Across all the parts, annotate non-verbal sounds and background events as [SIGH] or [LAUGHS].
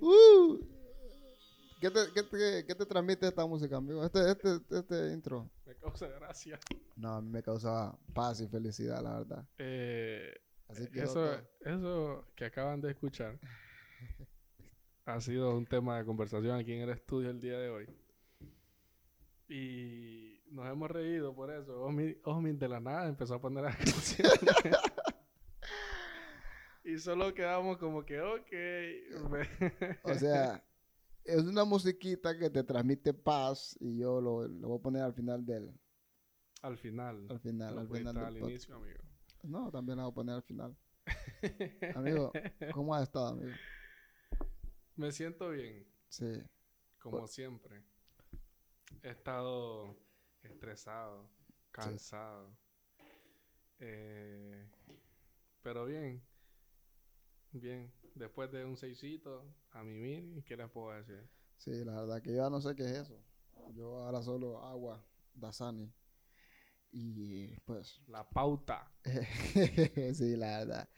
Uh. ¿Qué, te, qué te- qué te transmite esta música, amigo? Este, este, este intro. Me causa gracia. No, a mí me causa paz y felicidad, la verdad. Eh, Así que eso, eso que acaban de escuchar ha sido un tema de conversación aquí en el estudio el día de hoy. Y nos hemos reído por eso. Osmi, Osmi de la nada empezó a poner las [LAUGHS] canciones. y solo quedamos como que, ok. me- O [LAUGHS] sea, es una musiquita que te transmite paz y yo lo, lo voy a poner al final del, al final. al final, no al puede final del estar al podcast. inicio, amigo. No, también la voy a poner al final. Amigo, ¿cómo has estado, amigo? [LAUGHS] Me siento bien. Sí. Como siempre. He estado estresado, cansado. Eh, pero bien. Bien. Después de un seisito, a mimir, ¿qué les puedo decir? Sí, la verdad que yo ya no sé qué es eso. Yo ahora solo agua, Dasani. Y pues, La pauta. [LAUGHS] sí, la verdad.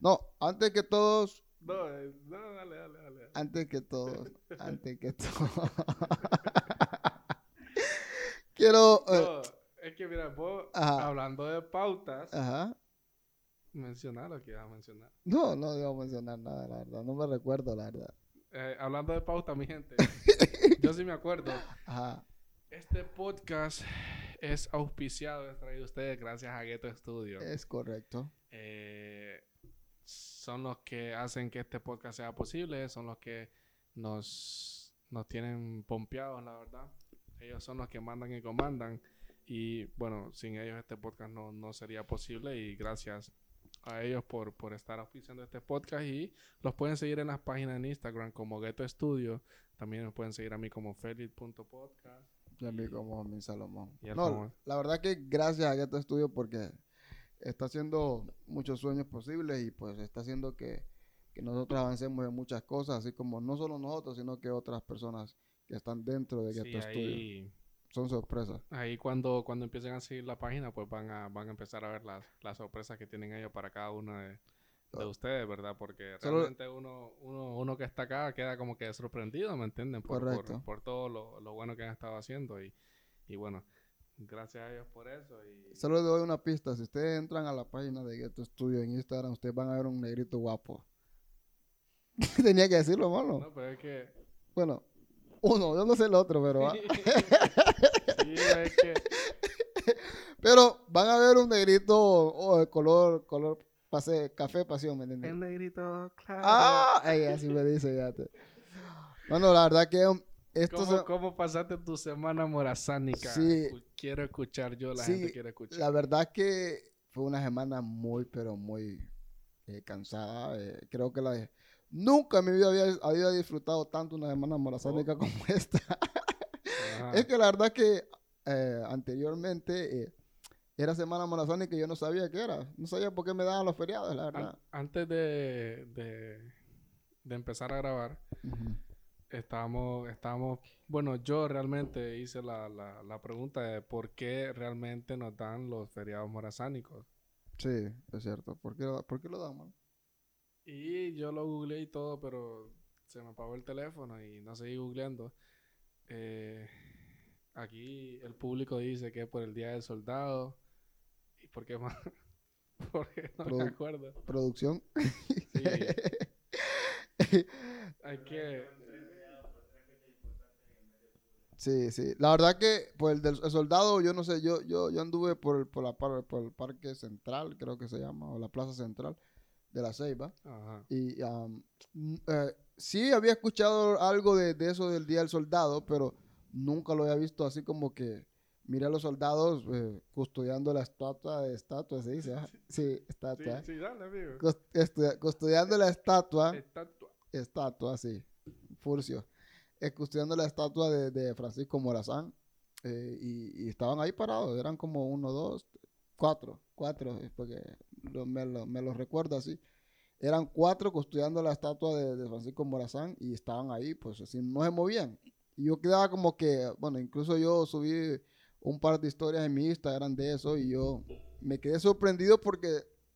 No, antes que todos, No, eh, no, dale, dale, dale. dale. antes que todos, antes que todos. [LAUGHS] Quiero... eh, No, es que mira, vos, Ajá. Ah. hablando de pautas, Ajá. menciona lo que ibas a mencionar. No, no iba a mencionar nada, la verdad. No me recuerdo, la verdad. Eh, hablando de pauta, [LAUGHS] mi gente. yo sí me acuerdo. Ajá. Este podcast es auspiciado, es traído a ustedes gracias a Ghetto Studio. Es correcto. Eh, son los que hacen que este podcast sea posible, son los que nos, nos tienen pompeados, la verdad. Ellos son los que mandan y comandan. Y bueno, sin ellos este podcast no, no sería posible. Y gracias a ellos por, por estar auspiciando este podcast. Y los pueden seguir en las páginas en Instagram como Ghetto Studio. También nos pueden seguir a mí como felix.podcast. Y a mí como mi Salomón. Y al No, favor. la verdad que gracias a Ghetto Studio porque está haciendo muchos sueños posibles y pues está haciendo que, que nosotros avancemos en muchas cosas, así como no solo nosotros, sino que otras personas que están dentro de Sí, Ghetto Studio. ahí- Son sorpresas. Ahí cuando, cuando empiecen a seguir la página, pues van a, van a empezar a ver las, las sorpresas que tienen ellos para cada uno de, de Ah. ustedes, ¿verdad? Porque Solo- realmente uno, uno, uno que está acá queda como que sorprendido, ¿me entienden? Por, por- Correcto. por todo lo, lo bueno que han estado haciendo. Y, y bueno, gracias a ellos por eso. Y Solo les doy una pista. Si ustedes entran a la página de Ghetto Studio en Instagram, ustedes van a ver un negrito guapo. [LAUGHS] Tenía que decirlo, mano. no, pero [LAUGHS] es que... Bueno, uno, yo no sé el otro, [LAUGHS] pero... ah. Sí, es [LAUGHS] que... Pero van a ver un negrito o de color, color pase, café pasión, ¿me entiendes? El negrito, claro. ¡Ah! Ay, así me dice, fíjate. Bueno, la verdad que um, esto ¿Cómo, se- cómo pasaste tu semana morazánica? Sí. Cu- Quiero escuchar yo, la Sí, gente quiere escuchar. la verdad que fue una semana muy, pero muy eh, cansada. eh, creo que la nunca en mi vida había, había disfrutado tanto una semana morazánica como esta. Ajá. Es que la verdad que eh, anteriormente eh, era semana morazánica y yo no sabía qué era. No sabía por qué me daban los feriados, la An- verdad. antes de, de, de empezar a grabar, Ujú. estábamos, estábamos, bueno, yo realmente hice la, la, la pregunta de por qué realmente nos dan los feriados morazánicos. Sí, es cierto. ¿Por qué, lo- por qué lo dan, mano? Y yo lo googleé y todo, pero se me apagó el teléfono y no seguí googleando. Eh, aquí el público dice que es por el Día del Soldado. ¿Y por qué más? [LAUGHS] Porque no me Produ- acuerdo. Producción. Sí, [LAUGHS] hay que... sí, sí. La verdad que por el del el soldado, yo no sé, yo, yo, yo anduve por, el- por, la, par- por el parque central, creo que se llama, o la plaza central de la Ceiba. Ajá. Y am, n- eh, sí había escuchado algo de, de eso del Día del Soldado, pero nunca lo había visto así como que mira a los soldados eh, custodiando la estatua de estatua, se dice. ah? Sí, Sí, estatua. sí, dale, amigo. Cust- estu- custodiando la estatua. Estatua. estatua, sí, Furcio, eh, custodiando la estatua de, de Francisco Morazán. eh, y, y estaban ahí parados, eran como uno, dos, cuatro, cuatro, eh, porque lo- me lo, me lo recuerdo así. Eran cuatro custodiando la estatua de, de Francisco Morazán y estaban ahí, pues así, no se movían. Y yo quedaba como que, bueno, incluso yo subí un par de historias en mi Instagram de eso y yo me quedé sorprendido porque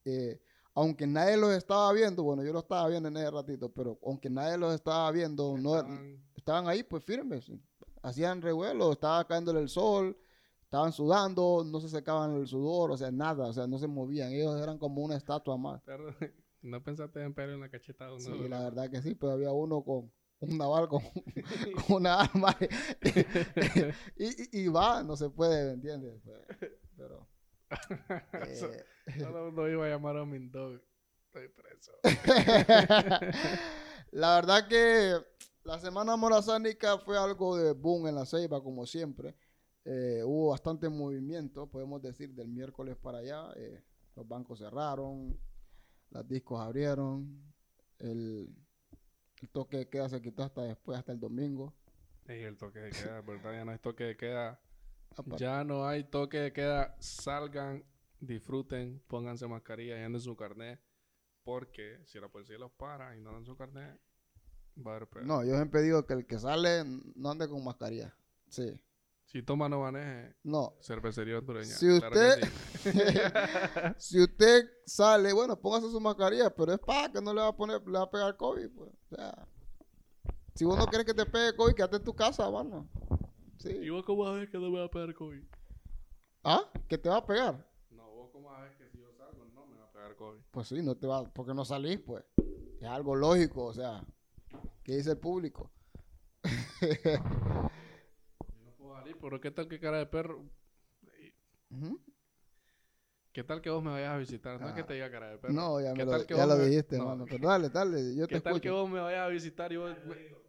eh, aunque nadie los estaba viendo, bueno, yo los estaba viendo en ese ratito, pero aunque nadie los estaba viendo, no, Estaban- estaban ahí pues firmes, hacían revuelo, estaba cayéndole el sol, estaban sudando, no se secaban el sudor, o sea, nada, o sea, no se movían, ellos eran como una estatua más. Perro, [LAUGHS] no pensaste en pegarle una cachetada a uno. Sí, de los la dos? verdad que sí, pero había uno con un naval [LAUGHS] con, con una arma y, y- y va, no se puede, ¿me entiendes? Pues, Pero... [LAUGHS] Eso- eh, [LAUGHS] Solo uno iba a llamar a mi dog. Estoy preso. [LAUGHS] la verdad que la semana morazánica fue algo de boom en la ceiba, como siempre. Eh, hubo bastante movimiento, podemos decir, del miércoles para allá. Eh, los bancos cerraron, las discos abrieron, el, el toque de queda se quitó hasta después, hasta el domingo. Y el toque de queda, ¿verdad? Ya no hay toque de queda. Apa- Ya no hay toque de queda. Salgan, disfruten, pónganse mascarilla y anden su carnet. Porque si la policía los para y no dan su carnet, va a haber pedo. No, yo siempre digo que el que sale no ande con mascarilla. Sí. Si toma, no maneje. No, Cervecería hondureña. Si claro usted- que sí. [LAUGHS] si usted sale, bueno, póngase su mascarilla, pero es para que no le va a poner, le va a pegar COVID, pues. O sea, si vos no quieres que te pegue COVID, quédate en tu casa, mano. ¿Y Sí. vos cómo sabes que no me va a pegar COVID? ¿Ah? ¿Que te va a pegar? No, vos cómo sabes que si yo salgo no me va a pegar COVID. Pues sí, no te va, porque no salís, pues. Es algo lógico, o sea, ¿qué dice el público? Yo no puedo salir, pero ¿qué tal que cara de perro? Ujú. ¿Qué tal que vos me vayas a visitar? No es que Ah. te diga cara de perro. No, ya, ¿Qué me lo, tal que ya vos lo me- dijiste, no. mano. Pero dale, dale, yo te ¿Qué tal que escucho. vos me vayas a visitar y vos,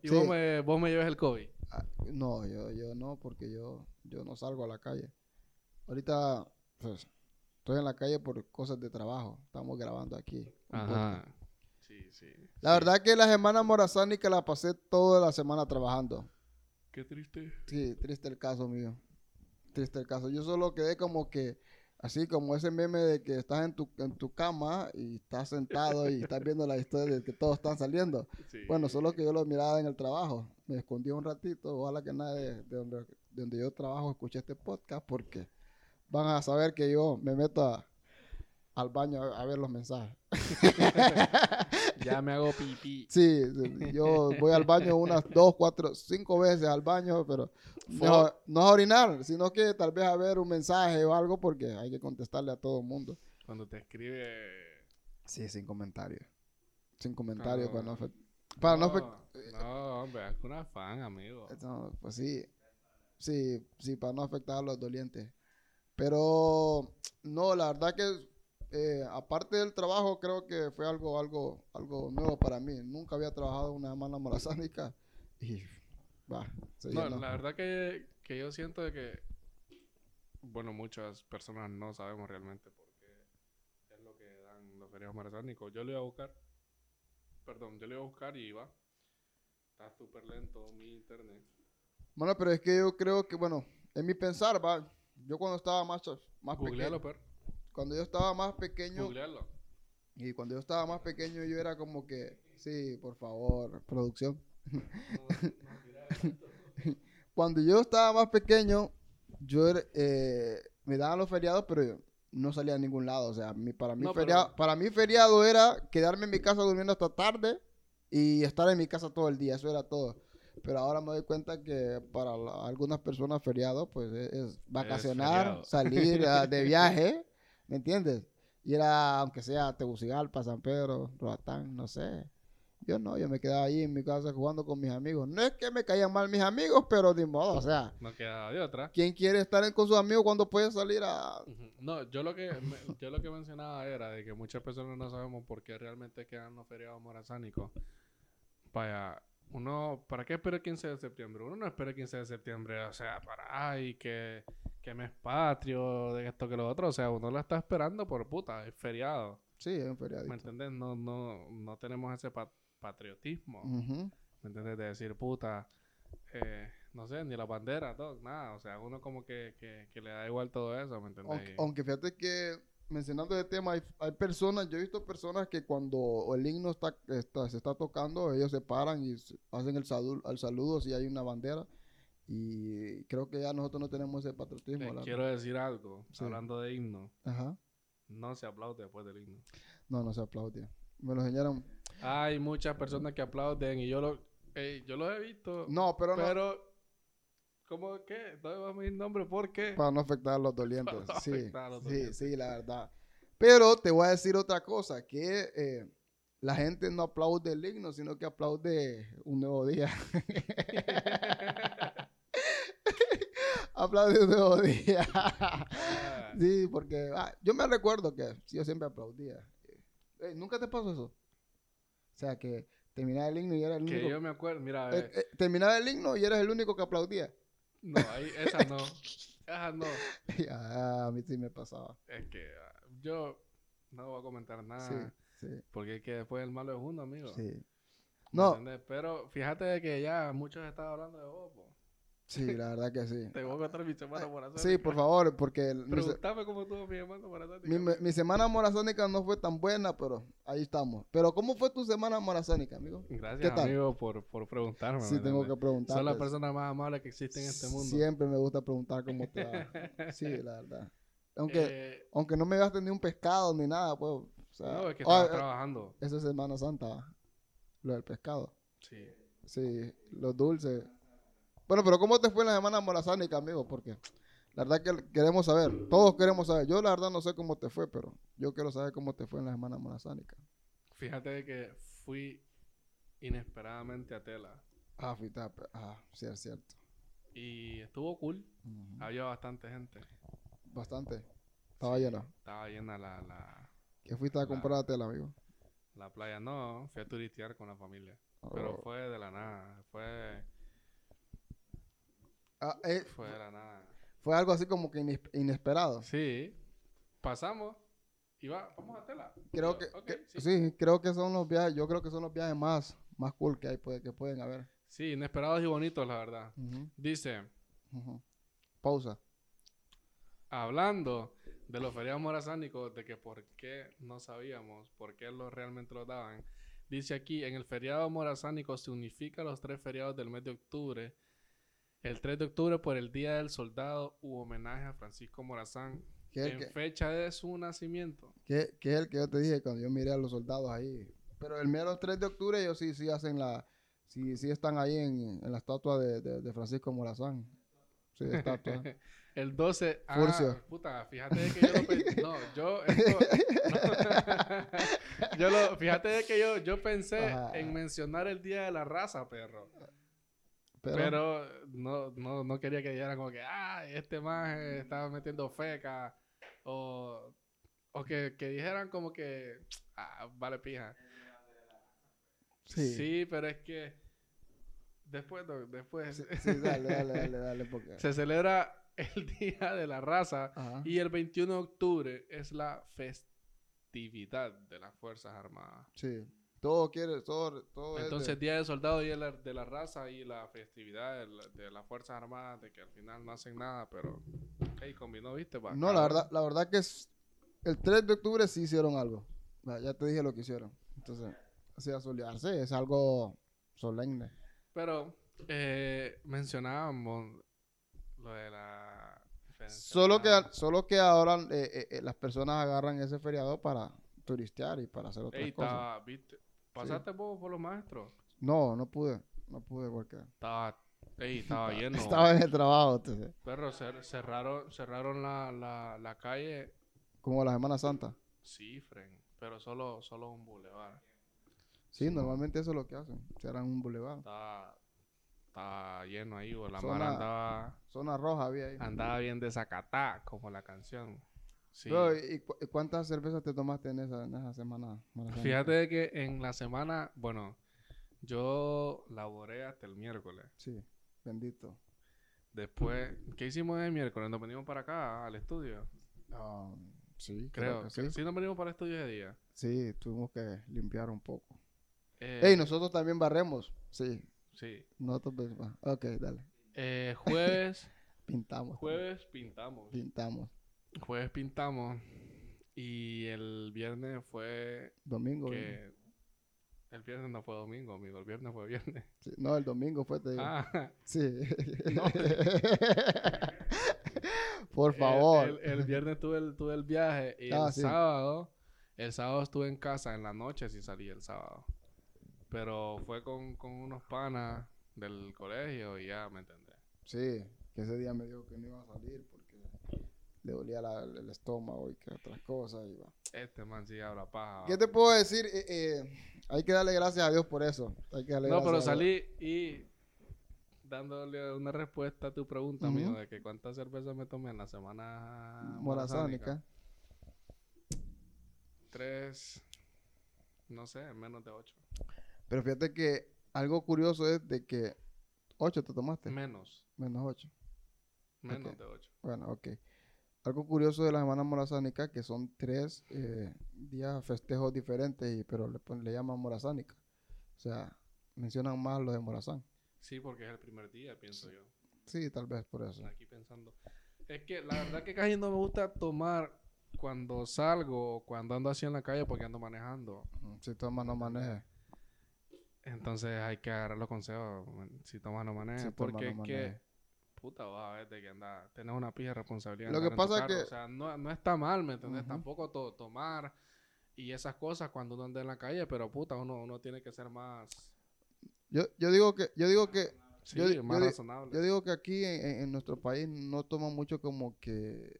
y Sí. vos, me, vos me lleves el COVID? Ah, No, yo, yo no, porque yo, yo no salgo a la calle. Ahorita, pues, estoy en la calle por cosas de trabajo. Estamos grabando aquí. un podcast. Sí, sí. La verdad que la semana morazánica la pasé toda la semana trabajando. Qué triste. Sí, triste el caso mío. Triste el caso. Yo solo quedé como que, así como ese meme de que estás en tu, en tu cama y estás sentado y estás viendo la historia de que todos están saliendo. Sí. Bueno, solo que yo lo miraba en el trabajo. Me escondí un ratito. Ojalá que nadie de donde, de donde yo trabajo escuche este podcast porque van a saber que yo me meto a- al baño a, a ver los mensajes. Ya me hago pipí. Sí, sí, [LAUGHS] yo voy al baño unas dos, cuatro, cinco veces al baño, pero no, Fuck. no a orinar, sino que tal vez a ver un mensaje o algo porque hay que contestarle a todo el mundo. Cuando te escribe... Sí, sin comentarios. Sin comentarios Ah. para no, afe- para no, afe- no, no, hombre, haz un afán, amigo. No, pues sí, sí, sí, para no afectar a los dolientes. Pero no, la verdad que eh, aparte del trabajo creo que fue algo, algo, algo nuevo para mí. Nunca había trabajado una semana morazánica y va, se Este, No, llenó. la verdad que, que yo siento de que, bueno, muchas personas no sabemos realmente por qué es lo que dan los feriados maratónicos. Yo lo iba a buscar, perdón, yo lo iba a buscar y iba. Está súper lento mi internet. Bueno, pero es que yo creo que, bueno, en mi pensar, va, yo cuando estaba más, más Googlealo, pequeño, per. cuando yo estaba más pequeño, Googlealo. y cuando yo estaba más pequeño yo era como que, sí, por favor, producción. [LAUGHS] cuando yo estaba más pequeño, yo era, eh, me daban los feriados, pero yo no salía a ningún lado. O sea, mi- para, mí No, pero- feriado, para mí feriado era quedarme en mi casa durmiendo hasta tarde y estar en mi casa todo el día. Eso era todo. Pero ahora me doy cuenta que para la- algunas personas feriado, pues es, es vacacionar, feriado. salir ah, de viaje, ¿me entiendes? Ir a, aunque sea a Tegucigalpa, San Pedro, Roatán, no sé. Yo no, yo me quedaba ahí en mi casa jugando con mis amigos. No es que me caían mal mis amigos, pero de modo, o sea, No queda de otra. ¿quién quiere estar en- con sus amigos cuando puede salir a...? Ujú. No, yo lo que me- yo lo que mencionaba era de que muchas personas no sabemos por qué realmente quedan los feriados morazánicos. Vaya, uno, ¿para qué espera el 15 de septiembre? Uno no espera el 15 de septiembre, o sea, para, ay, que, que mes patrio, de esto que lo otro, o sea, uno lo está esperando por puta, es feriado, Sí, es un ¿me feriadito. entendés? No, no, no tenemos ese pa- patriotismo, Ujú. ¿me entendés? De decir, puta, eh, no sé, ni la bandera, dog, nada, o sea, uno como que, que, que le da igual todo eso, ¿me entendés? aunque, Y- aunque fíjate que mencionando ese tema, hay, hay personas, yo he visto personas que cuando el himno está, está- se está tocando, ellos se paran y se- hacen el, salu- el saludo si hay una bandera. Y creo que ya nosotros no tenemos ese patriotismo. Les la- quiero decir algo, Sí. hablando de himno. Ajá. No se aplaude después del himno. No, no se aplaude. Me lo enseñaron. Hay muchas personas que aplauden y yo lo, eh, yo lo he visto. No, pero, no. pero, ¿cómo que? No vamos a ir nombre porque. Para no afectar a los dolientes. Para no sí, afectar a los sí, dolientes. sí, la verdad. Pero te voy a decir otra cosa, que eh, la gente no aplaude el himno, sino que aplaude un nuevo [LAUGHS] día. aplaude un nuevo día. [LAUGHS] Ah, sí, porque ah, yo me recuerdo que yo siempre aplaudía. Eh, ¿Nunca te pasó eso? O sea, que terminaba el himno y era el único... que yo me acuerdo, mira, a eh, ver. eh, terminaba el himno y eras el único que aplaudía. [LAUGHS] No, ahí, esa no. Esa no. Ah, a mí sí me pasaba. Es que ah, yo no voy a comentar nada. Sí, sí, Porque es que después el malo es uno, amigo. sí. ¿Me No, entendés? Pero fíjate de que ya muchos están hablando de vos, po. sí, [LAUGHS] la verdad que sí. Te voy a contar mi semana por hacer. Sí, por favor, porque el- mi, se- Pregúntame cómo estuvo mi hermano para hacer. mi- mi semana morazónica no fue tan buena, pero ahí estamos. Pero, ¿cómo fue tu semana morazónica, amigo? Gracias, ¿Qué tal? amigo, por, por preguntarme. Sí, ¿me tengo que entendés? preguntar. pues. Son las personas más amables que existen en este mundo. Siempre me gusta preguntar cómo te [LAUGHS] va. Sí, la verdad. Aunque, Eh, aunque no me gastes ni un pescado ni nada, pues. O sea, no, es que ah, estaba eh, trabajando. eso es Semana Santa, ¿va? lo del pescado. Sí. Sí, los dulces. Bueno, pero ¿cómo te fue en la semana morazánica, amigo? Porque la verdad que queremos saber, todos queremos saber. Yo la verdad no sé cómo te fue, pero yo quiero saber cómo te fue en la semana morazánica. Fíjate de que fui inesperadamente a Tela. Ah, fita, pe- ah, sí, es cierto. Y estuvo cool. Ujú. Había bastante gente. Bastante. Estaba lleno. Estaba llena la, la, ¿Qué fuiste a Claro. comprar a tela, amigo? la playa. No, fui a turistear con la familia. Pero Oh. fue de la nada. Fue, Ah, eh, fue de la nada. fue algo así como que inis- inesperado. Sí. Pasamos. Y va, vamos a Tela. Creo Yo, que, ok, que- sí. sí. creo que son los viajes, yo creo que son los viajes más, más cool que hay, pues, que pueden haber. Sí, inesperados y bonitos, la verdad. Ujú, Dice, ujú. Pausa. hablando de los feriados morazánicos, de que por qué no sabíamos, por qué lo, realmente lo daban. Dice aquí, en el feriado morazánico se unifica los tres feriados del mes de octubre. El 3 de octubre por el Día del Soldado u homenaje a Francisco Morazán Que es en que- fecha de su nacimiento. que, que es el que yo te dije cuando yo miré a los soldados ahí. Pero el mero 3 de octubre ellos sí, sí hacen la... Sí, sí están ahí en, en la estatua de, de- de Francisco Morazán. Sí, estatua. [LAUGHS] El 12. Ah, Furcio. puta, fíjate de que yo [LAUGHS] lo pensé. No, yo. esto- [LAUGHS] no. yo lo, fíjate de que yo, yo pensé Ajá. en mencionar el día de la raza, perro. Pero, Pero, no, no, no quería que dijeran como que, ah, este más estaba metiendo feca. O, o que, que dijeran como que, ah, vale pija. Sí. Sí. pero es que. Después, no, después. Sí, sí, dale, dale, dale, dale, porque... Se celebra el [LAUGHS] Día de la Raza. Ajá. Y el 21 de octubre es la festividad de las Fuerzas Armadas. Sí. Todo quiere, todo, todo es de- Entonces, Día del Soldado, Día de la, de la Raza y la festividad de, la- de las Fuerzas Armadas, de que al final no hacen nada, pero ahí combinó, ¿viste? Pa' No, la cabrón. verdad, la verdad que es, el 3 de octubre sí hicieron algo. Ya ya te dije lo que hicieron. Entonces, así asolearse es algo solemne. Pero eh, mencionábamos lo de la... diferencia Solo que, armada. solo que ahora eh, eh, eh, las personas agarran ese feriado para turistear y para hacer otras Ey, cosas. estaba, ¿viste? ¿Pasaste vos por los maestros? No, no pude. No pude porque Estaba, [LAUGHS] ey, estaba lleno. estaba en el trabajo. entonces, Perro, cer- cerraron, cerraron la, la, la calle como la Semana Santa. Sí, Fren, pero solo, solo un bulevar. Sí, normalmente eso es lo que hacen. Serán un bulevar. Estaba, estaba lleno ahí, o la Zona- mara andaba, Zona roja había ahí. andaba bien desacatada, como la canción. Sí. Bro, ¿y, cu- y cuántas cervezas te tomaste en esa, en esa semana? Semana Santa? Fíjate de que en la semana, bueno, yo laboré hasta el miércoles. Sí, bendito. Después, ¿qué hicimos el miércoles? Nos venimos para acá, al estudio. Ah, sí, Um, Creo, que sí. sí. nos venimos para el estudio ese día. Sí, tuvimos que limpiar un poco. Eh, Ey, nosotros también barremos. Sí, Sí. nosotros. pues, va. Ok, dale. Eh, jueves, [LAUGHS] Pintamos. jueves pintamos. Pintamos. Jueves pintamos y el viernes fue Domingo. vino. que el viernes no fue domingo, amigo, el viernes fue viernes. Sí, No, el domingo fue, te digo. Ah, Sí. No. [LAUGHS] Por favor. Eh, El, el- el viernes tuve el, tuve el viaje y Ah, el sí. sábado, el sábado estuve en casa, en la noche sí salí el sábado. Pero fue con, con unos panas del colegio y ya me entendé. Sí, que ese día me dijo que no iba a salir porque le dolía la- el estómago y que otras cosas. y va. Este man sí habla paja. ¿Qué te puedo decir? Eh, eh, hay que darle gracias a Dios por eso. Hay que darle No, gracias a pero Dios. salí y dándole una respuesta a tu pregunta, amigo, Ujú. de que cuántas cervezas me tomé en la semana Morazónica. morazánica. Tres, no sé, menos de ocho. Pero fíjate que algo curioso es de que 8 te tomaste. Menos, Menos 8. menos Ok. de ocho. Bueno, ok. Algo curioso de la Semana Morazánica que son tres eh, días festejos diferentes, y, pero le, pon- le llaman Morazánica. O sea, mencionan más los de Morazán. Sí, porque es el primer día, pienso yo. Sí, tal vez por eso. Aquí pensando. Es que la verdad que casi no me gusta tomar cuando salgo o cuando ando así en la calle porque ando manejando. Si tomas, no manejes. Eh, Entonces hay que agarrar los consejos. man, Si tomas no manejes. Si tomas, porque no es manejes. que. Puta, vas a ver de que anda. Tenés una pija de responsabilidad. Lo que andar en tu pasa es carro, que- O sea, no, no está mal, ¿me entendés? Ujú. Tampoco to- tomar y esas cosas cuando uno anda en la calle. Pero puta, uno, uno tiene que ser más. Yo, yo digo que, yo digo que, Sí, Yo di- más yo di- razonable. yo digo que aquí en, en- en nuestro país no toman mucho como que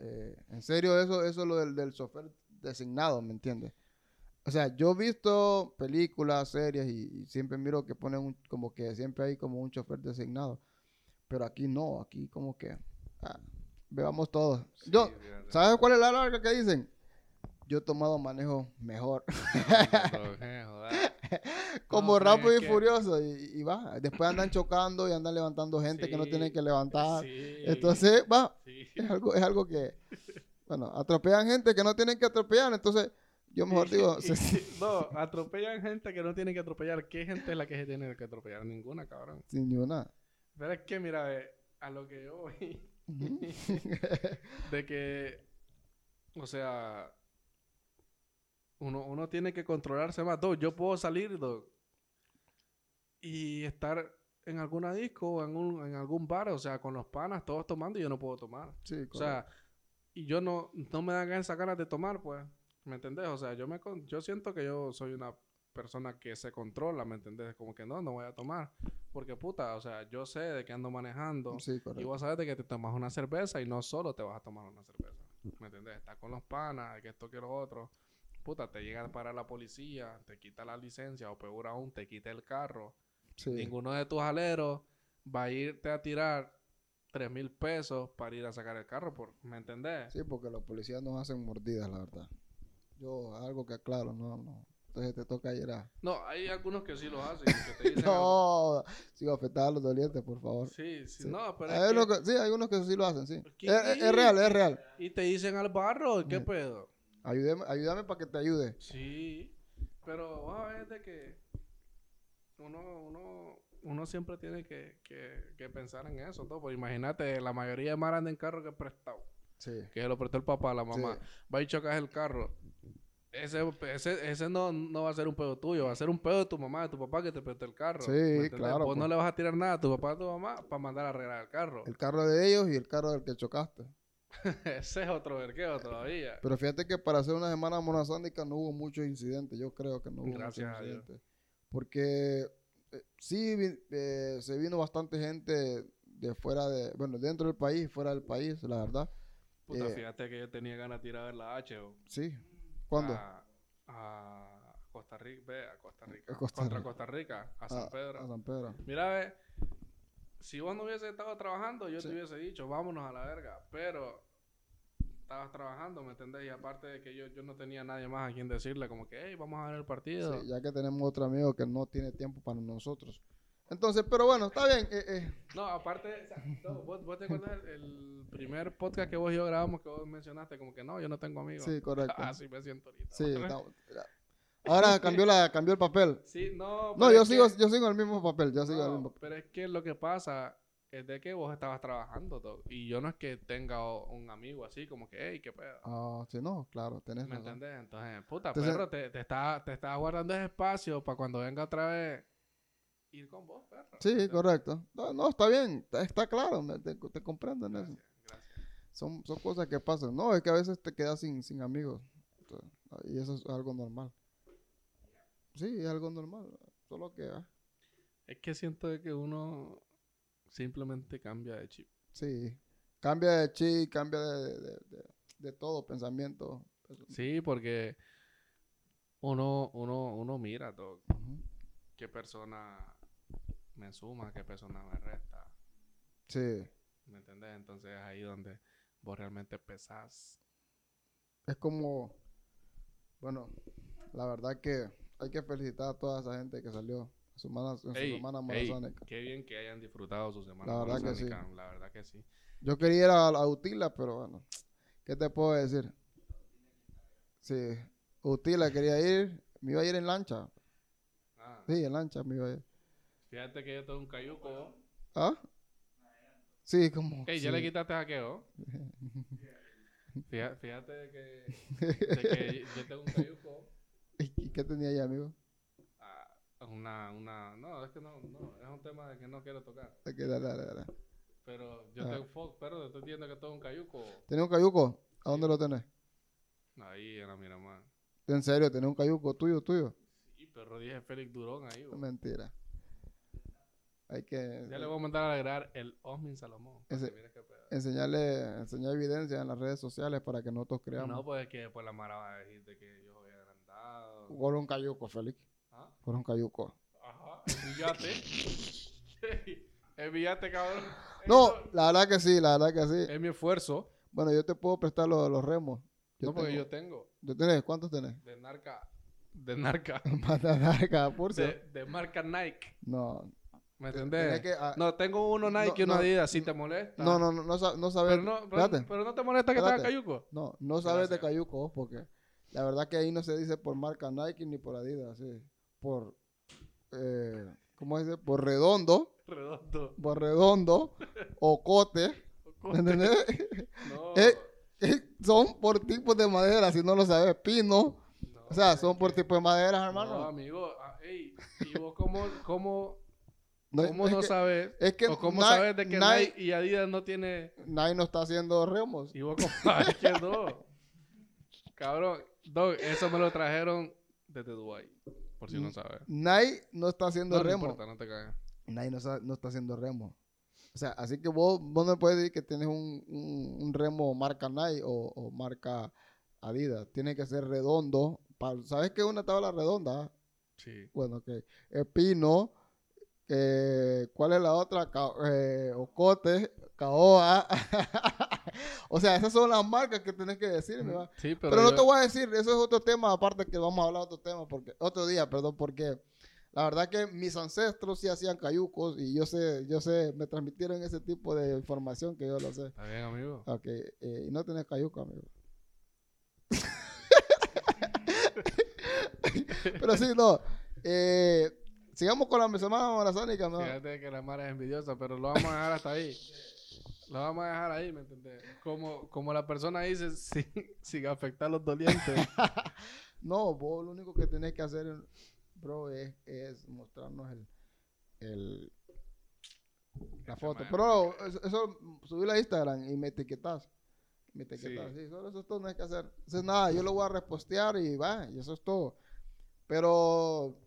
eh, en serio eso, eso lo del, del software designado, ¿me entiendes? O sea, yo he visto películas, series y, y siempre miro que ponen un- como que siempre hay como un chofer designado. Pero aquí no, aquí como que ah, bebamos todos. Sí, yo, fíjate. ¿sabes cuál es la larga que dicen? Yo he tomado manejo mejor, [LAUGHS] Eh, joder. como [LAUGHS] No, pero rápido es y que- furioso y, y va. Después andan chocando y andan levantando gente que no Sí, tienen que levantar. Sí. Eh, Entonces, va, Sí. Es algo, es algo que, bueno, atropellan gente que no tienen que atropellar, entonces yo mejor [LAUGHS] digo, Y- se- y- no, atropellan gente que no tiene que atropellar. ¿Qué gente es la que se tiene que atropellar? Ninguna, cabrón. sin ni una. Pero es que, mira, ve, a lo que yo voy, [LAUGHS] Ujú. de que, o sea, uno, uno tiene que controlarse más. Dog, yo puedo salir, dog, y estar en alguna disco o en, un- en algún bar, o sea, con los panas, todos tomando y yo no puedo tomar. Sí, O sea, y yo no, no me dan esas ganas de tomar, pues. ¿Me entendés? O sea, yo me con- yo siento que yo soy una persona que se controla, ¿me entendés? Como que no, no voy a tomar. Porque puta, o sea, yo sé de que ando manejando. correcto. sí, Y correcto. vos sabes de que te tomas una cerveza y no solo te vas a tomar una cerveza. ¿Me entendés? Estás con los panas, que esto que lo otro. Puta, te llega para la policía, te quita la licencia o peor aún, te quita el carro. Sí. Ninguno de tus aleros va a irte a tirar 3 mil pesos para ir a sacar el carro, por, ¿me entendés? Sí, porque los policías nos hacen mordidas, la verdad. Yo, algo que aclaro, no, no. Entonces te toca ir a... No, hay algunos que sí los hacen, [LAUGHS] que te dicen... No, sigo afectar a los dolientes, por favor. Sí, sí, Sí. no, pero Hay es unos que- que- sí, hay unos que sí lo hacen, sí. ¿Qué? Es, es- es real, es real. Y te dicen al barro, ¿qué Mm. pedo? Ayúdame, ayúdame para que te ayude. Sí, pero vos a ver de que uno, uno, uno siempre tiene que, que, que pensar en eso, todo. Porque imagínate, la mayoría de mar anda en carro que es prestado, Sí. que se lo prestó el papá, la sí. mamá. Va y chocas el carro. Ese, ese, ese no, no va a ser un pedo tuyo, va a ser un pedo de tu mamá, de tu papá que te prestó el carro. Sí, ¿me entendés? claro, Vos no pues. le vas a tirar nada a tu papá, a tu mamá para mandar a arreglar el carro. El carro de ellos y el carro del que chocaste. [LAUGHS] ese es otro vergueo todavía. Pero fíjate que para hacer una semana monazánica no hubo muchos incidentes. Yo creo que no hubo Gracias a muchos Dios. incidentes. Porque eh, sí vi- eh, se vino bastante gente de fuera de... Bueno, dentro del país, fuera del país, la verdad. Puta, Eh. fíjate que yo tenía ganas de tirar la H, o- Sí. ¿Cuándo? A, a Costa Rica, ve, a Costa Rica. A Costa contra Rica. Ah, Costa Rica, a A- San Pedro. A San Pedro. Mira, ve, si vos no hubieses estado trabajando, yo Sí. te hubiese dicho, vámonos a la verga. Pero estabas trabajando, ¿me entendés? Y aparte de que yo, yo no tenía nadie más a quien decirle, como que, hey, vamos a ver el partido. Sí, ya que tenemos otro amigo que no tiene tiempo para nosotros. Entonces, pero bueno, está bien. eh, eh, No, aparte, o sea, no, vos, vos te acuerdas el, el primer podcast que vos y yo grabamos que vos mencionaste, como que no, yo no tengo amigos. Sí, correcto. [LAUGHS] Así me siento ahorita. [LAUGHS] Sí, ¿verdad? estamos- Ahora cambió, la, cambió el papel. Sí, no. No, pero yo es que- sigo, yo sigo el mismo papel. Yo sigo el No, mismo pero es que lo que pasa es de que vos estabas trabajando todo. Y yo no es que tenga o- un amigo así, como que, hey, qué pedo. Ah, sí, no, claro, tenés ¿Me razón. entendés? Entonces, puta, Entonces- perro, te, te está, te está guardando ese espacio para cuando venga otra vez ir con vos, perro. Sí, Entonces, correcto. No, no, está bien, está, está claro, me- te, te comprendo en eso. Gracias, gracias. Son, son cosas que pasan. No, es que a veces te quedas sin, sin amigos. Entonces, y eso es algo normal. Sí, es algo normal. Solo que... ah, Es que siento de que uno simplemente cambia de chip. Sí. Cambia de chi, cambia de, de, de- de- de todo, pensamiento. Sí, porque uno, uno, uno mira todo. Ujú. qué persona me suma, qué persona me resta. Sí. ¿Me entiendes? Entonces es ahí donde vos realmente pesás. es como, bueno, la verdad que hay que felicitar a toda esa gente que salió en su, mana- en su Ey, semana ey, maratónica. qué bien que hayan disfrutado su semana. La verdad que maratónica, La verdad que sí. Yo quería ir a, a Utila, pero bueno, ¿qué te puedo decir? Sí, Utila quería ir, me iba a ir en lancha. Ah, Sí, en lancha me iba a ir. Fíjate que yo tengo un cayuco. ¿Ah? Sí, como. Ey, ya sí. le quitaste jaqueo. Fíjate, fíjate de que, [LAUGHS] de que yo tengo un cayuco. [LAUGHS] ¿Y qué tenía ahí, amigo? ah, una, una, no, es que no, no, es un tema de que no quiero tocar. Ok, dale, dale, dale. Pero yo Ah. tengo, fo- pero te estoy diciendo que tengo un cayuco. ¿Tenía un cayuco? ¿A dónde lo tenés? Ahí era mi mamá. En serio, tenía un cayuco tuyo, tuyo. Sí, pero dije Félix Durón ahí, güey. Mentira. Hay que. Ya le voy a mandar a agregar el Osmin Salomón. para Ese- que mire qué pedo. enseñarle, enseñar evidencia en las redes sociales para que nosotros No, creamos. pues es que después la Mara va a decir de que yo soy agrandado. Por un cayuco, Félix. ¿Ah? Por un cayuco. Ajá, [LAUGHS] envíate. envíate, cabrón. Ey, No, la verdad que sí, la verdad que sí. Es mi esfuerzo. Bueno, yo te puedo prestar los, los remos. Yo no, porque tengo- yo tengo. ¿Yo tenés? ¿Cuántos tenés? [LAUGHS] De narca. De narca. Matalarga, [LAUGHS] por si- De, de marca Nike. No. ¿Me Tenés entendés? que, ah, No, tengo uno No, Nike y uno no. Adidas. Si te molesta. no, no, no, no, sab- no sabes. ah. Pero no, pero, espérate. pero no te molesta que te haga Espérate. cayuco. No, no sabes de Gracias. cayuco vos, porque la verdad que ahí no se dice por marca Nike ni por Adidas, sí. Por, eh, ¿cómo se dice? Por redondo, Redondo. por redondo, o cote, [LAUGHS] ¿me [LAUGHS] entendés? No. Eh, son por tipos de madera, si no lo sabes, pino. no, O sea, es son por que- tipos de madera, No, hermano. amigo, ah, ey, ¿y vos cómo, cómo, No, cómo es no que- sabes? Es que ¿O cómo Nike- sabes de que Nike, Nike, y Adidas no tiene? Nike no está haciendo remos. ¿Y vos cómo [LAUGHS] sabes que no? Cabrón, Dog, eso me lo trajeron desde Dubai, por si no Mm, sabes. Nike no está haciendo No, no remos. importa, no te cagas. Nike no, sa- no está haciendo remo. O sea, así que vos, vos no me puedes decir que tienes un, un- un remo marca Nike o, o marca Adidas. Tiene que ser redondo. pa- ¿Sabes qué es una tabla redonda? Sí. Bueno, ok. Eh, Pino. eh, ¿Cuál es la otra? Ca- eh, Ocote, Caoa. [LAUGHS] o sea, esas son las marcas que tenés que decirme. ¿va? Sí, pero, Pero, no yo- te voy a decir, eso es otro tema, aparte que vamos a hablar otro tema, porque otro día, perdón, porque la verdad que mis ancestros sí hacían cayucos y yo sé, yo sé, me transmitieron ese tipo de información que yo lo sé. Está bien, amigo. Ok, eh, y no tenés cayuco, amigo. [LAUGHS] Pero sí, no. eh, sigamos con la semana amazónica, ¿no? Fíjate que la Mara es envidiosa, pero lo vamos a dejar hasta ahí. Lo vamos a dejar ahí, ¿me entendés? Como, como la persona dice, [LAUGHS] sin, sin afectar a [LAUGHS] los dolientes. No, vos lo único que tenés que hacer, bro, es, es mostrarnos el, el- la Esta foto. madre. Pero eso, eso, subirla a Instagram y me etiquetas. Me etiquetas, Sí. sí. solo eso es todo, no hay que hacer. Eso es nada, yo lo voy a repostear y va, y eso es todo. Pero,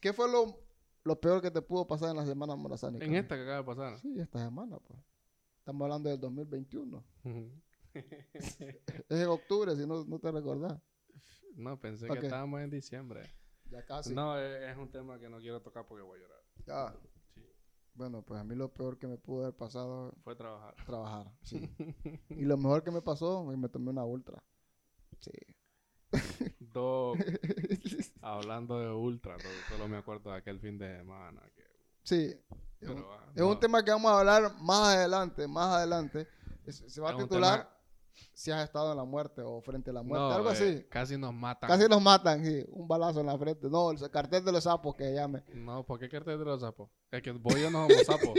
¿qué fue lo, lo peor que te pudo pasar en la semana morazánica? en esta que acaba de pasar. Sí, esta semana, pues. Estamos hablando del 2021. Ujú. Es en octubre, si no, no te recordás. No, pensé Ok. Ah, que estábamos en diciembre. Ya casi. No, e- es, un tema que no quiero tocar porque voy a llorar. Ya. Sí. Ah, Bueno, pues a mí lo peor que me pudo haber pasado Fue trabajar. trabajar. [LAUGHS] Sí. y lo mejor que me pasó, me, me tomé una ultra. Sí. [LAUGHS] Dog, hablando de ultra, dog, solo me acuerdo de aquel fin de semana. que- sí. Es pero, un, ah, es un no, tema que vamos a hablar más adelante, más adelante. Es- se va Es a un titular tema- Si has estado en la muerte o frente a la muerte, no, algo eh, así. Casi nos matan. Casi los matan, sí. Un balazo en la frente. No, el cartel de los sapos que llame. No, ¿por qué cartel de los sapos? Es que voy yo no somos [LAUGHS] sapos.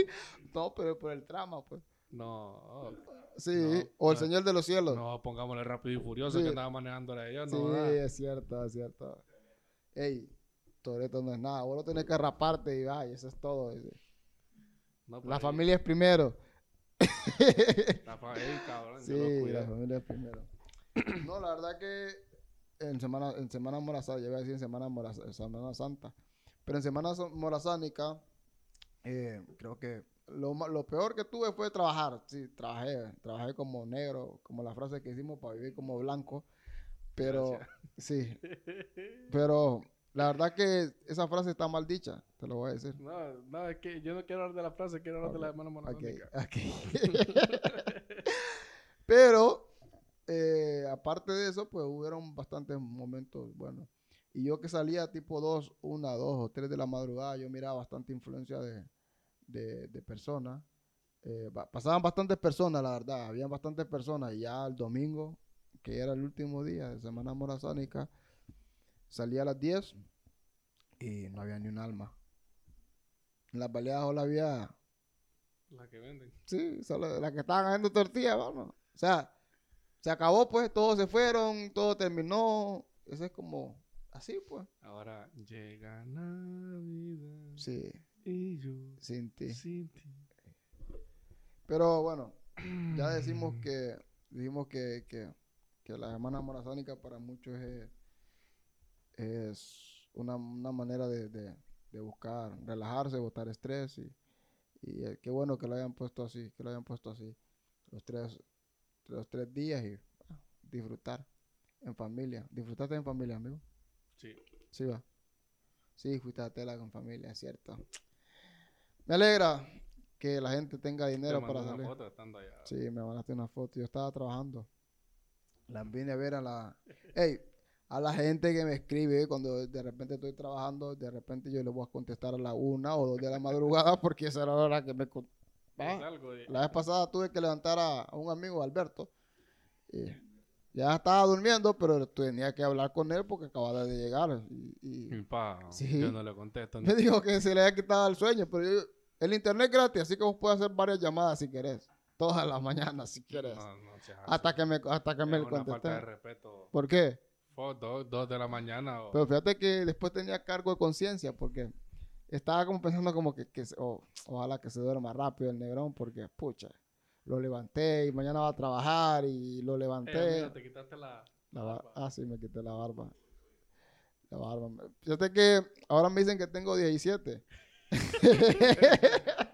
No, pero por el trama, pues. No, oh, Sí. No, o el no. Señor de los Cielos. no, pongámosle rápido y furioso Sí. que andaba manejando a ellos. Sí, eh, No, ah. es cierto, es cierto. Ey, Toreto no es nada. Vos lo tenés que raparte y va, y eso es todo. dice. No, pero La ahí- familia es primero. La fa- ey, cabrón, sí, yo los la cuidé. familia primero. no, la verdad que en Semana, en semana Morazán, ya iba a decir en Semana, Moraz- en semana Santa, pero en Semana so- Morazánica, eh, creo que lo, ma- lo peor que tuve fue trabajar. Sí, trabajé, trabajé como negro, como la frase que hicimos para vivir como blanco, pero [LAUGHS] sí, pero la verdad que esa frase está mal dicha, te lo voy a decir. No, no, es que yo no quiero hablar de la frase, quiero hablar de la hermana Ok, monotónica. ok. [LAUGHS] Pero, eh, aparte de eso, pues hubieron bastantes momentos buenos. Y yo que salía tipo 2, 1, 2 o 3 de la madrugada, yo miraba bastante influencia de, de- de personas. Eh, ba- pasaban bastantes personas, la verdad. Habían bastantes personas. Y ya el domingo, que era el último día de Semana Morazánica, salía a las 10 y no había ni un alma. En las baleadas solo había La que venden. Sí, solo las que estaban haciendo tortillas, vamos. O sea, se acabó, pues, todos se fueron, todo terminó. Eso es como así, pues. Ahora llega Navidad Sí, y yo sin ti. sin ti. Pero bueno, ya decimos que dijimos que, que, que la semana morazánica para muchos es, es una, una manera de, de- de buscar, relajarse, botar estrés y, y, eh, qué bueno que lo hayan puesto así, que lo hayan puesto así los tres, los tres días y ah, disfrutar en familia, disfrutaste en familia, amigo, Sí. sí va, sí, fuiste a tela con familia, es cierto. Me alegra que la gente tenga Te dinero mandé para una salir. foto estando allá. Sí, me mandaste una foto. Yo estaba trabajando. Las vine a ver a la... Ey, a la gente que me escribe cuando de repente estoy trabajando, de repente yo le voy a contestar a la una o dos de la madrugada [LAUGHS] porque esa era la hora que me... con- Es Ah, algo de- La vez pasada tuve que levantar a, a un amigo, Alberto. y ya estaba durmiendo, pero tenía que hablar con él porque acababa de llegar. y- y Mi pa, Sí. yo no le contesto. ni- me dijo que se le había quitado el sueño, pero yo- el internet es gratis, así que vos puedes hacer varias llamadas si querés. Todas las mañanas si quieres. No, no seas hasta así. que me, hasta que Es me una falta de Ah, contesté. respeto. ¿Por qué? Fue dos, dos de la mañana. o- Pero fíjate que después tenía cargo de conciencia porque estaba como pensando como que, que se- oh, ojalá que se duerma rápido el negrón porque, pucha, lo levanté y mañana va a trabajar y lo Eh, levanté. mira, te quitaste la. La la bar- barba. ah, sí, me quité la barba. La barba. me- Fíjate que ahora me dicen que tengo 17. [LAUGHS] [LAUGHS]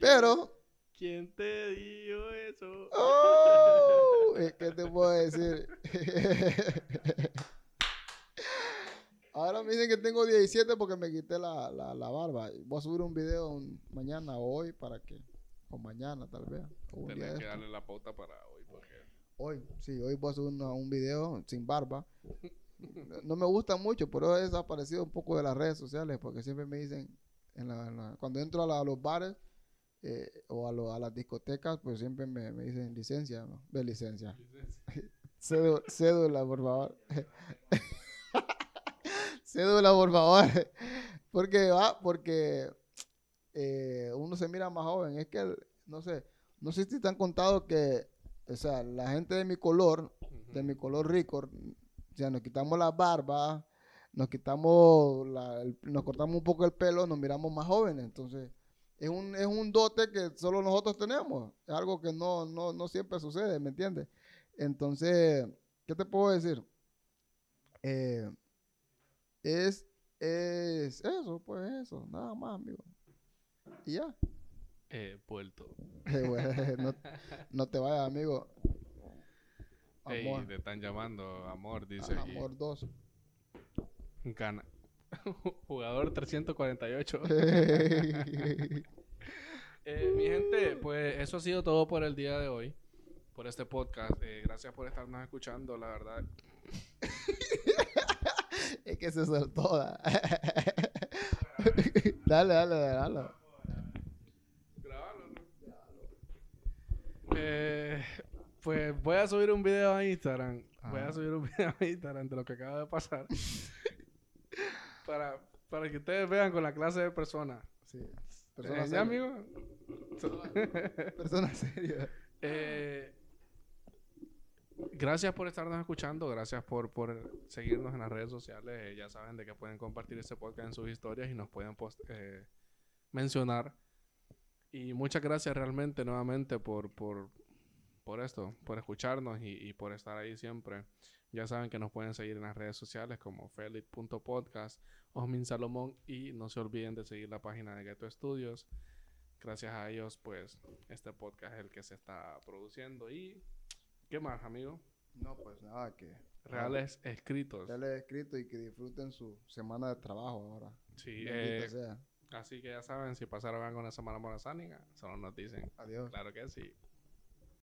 Pero, ¿Quién te dijo eso? Ah, oh, eh, ¿qué te puedo decir? [LAUGHS] ahora me dicen que tengo 17 porque me quité la, la, la barba. Voy a subir un video un- mañana o hoy para que, o mañana tal vez. o un día Tenés de que esto. darle la pauta para hoy porque Hoy, sí, hoy voy a subir una- un video sin barba. No- No me gusta mucho, pero he desaparecido un poco de las redes sociales porque siempre me dicen, en la- en la- cuando entro a, la- a los bares eh, o a, lo- a las discotecas, pues siempre me, me dicen licencia, ¿no? Ve licencia. Cédula, cédula, por favor. [LAUGHS] cédula, por favor. Porque va, porque eh, uno se mira más joven. Es que, el- no sé, no sé si te han contado que, o sea, la gente de mi color, de mi color rico, o sea, nos quitamos las barbas, nos quitamos, la- el- nos cortamos un poco el pelo, nos miramos más jóvenes. Entonces, es un, es un dote que solo nosotros tenemos. Es algo que no, no, no siempre sucede, ¿me entiendes? Entonces, ¿qué te puedo decir? Eh, es, es eso, pues eso, nada más, amigo. Y ya. [LAUGHS] Eh, Puerto. Eh, bueno, no, no te vayas, amigo. Ey, Amor, Ah, te están llamando amor, dice aquí. amor 2. Gana. [LAUGHS] Jugador 348. [LAUGHS] Eh, mi gente, pues eso ha sido todo por el día de hoy, por este podcast. Eh, gracias por estarnos escuchando, la verdad. Es que se soltó. da. [LAUGHS] dale, dale, dale, dale. Eh, pues voy a subir un video a Instagram. Voy a Ajá. subir un [LAUGHS] video a Instagram de lo que acaba de pasar. [LAUGHS] para, para que ustedes vean con la clase de personas. Sí. Eh, Persona ¿Ya, seria. amigo? Persona seria. Eh, gracias por estarnos escuchando, gracias por, por seguirnos en las redes sociales. Eh, ya saben de que pueden compartir este podcast en sus historias y nos pueden post- eh, mencionar. Y muchas gracias realmente nuevamente por, por, por esto, por escucharnos y, y por estar ahí siempre. Ya saben que nos pueden seguir en las redes sociales como felix.podcast, Osmin Salomón y no se olviden de seguir la página de Ghetto Studios. Gracias a ellos, pues este podcast es el que se está produciendo. ¿Y qué más, amigo? No, pues nada, que Reales escritos. ya les he escrito y que disfruten su semana de trabajo ahora. Sí, Bendito eh, sea. ah, así que ya saben, si pasaron algo en la semana morazánica, solo nos dicen. Adiós. Claro que sí.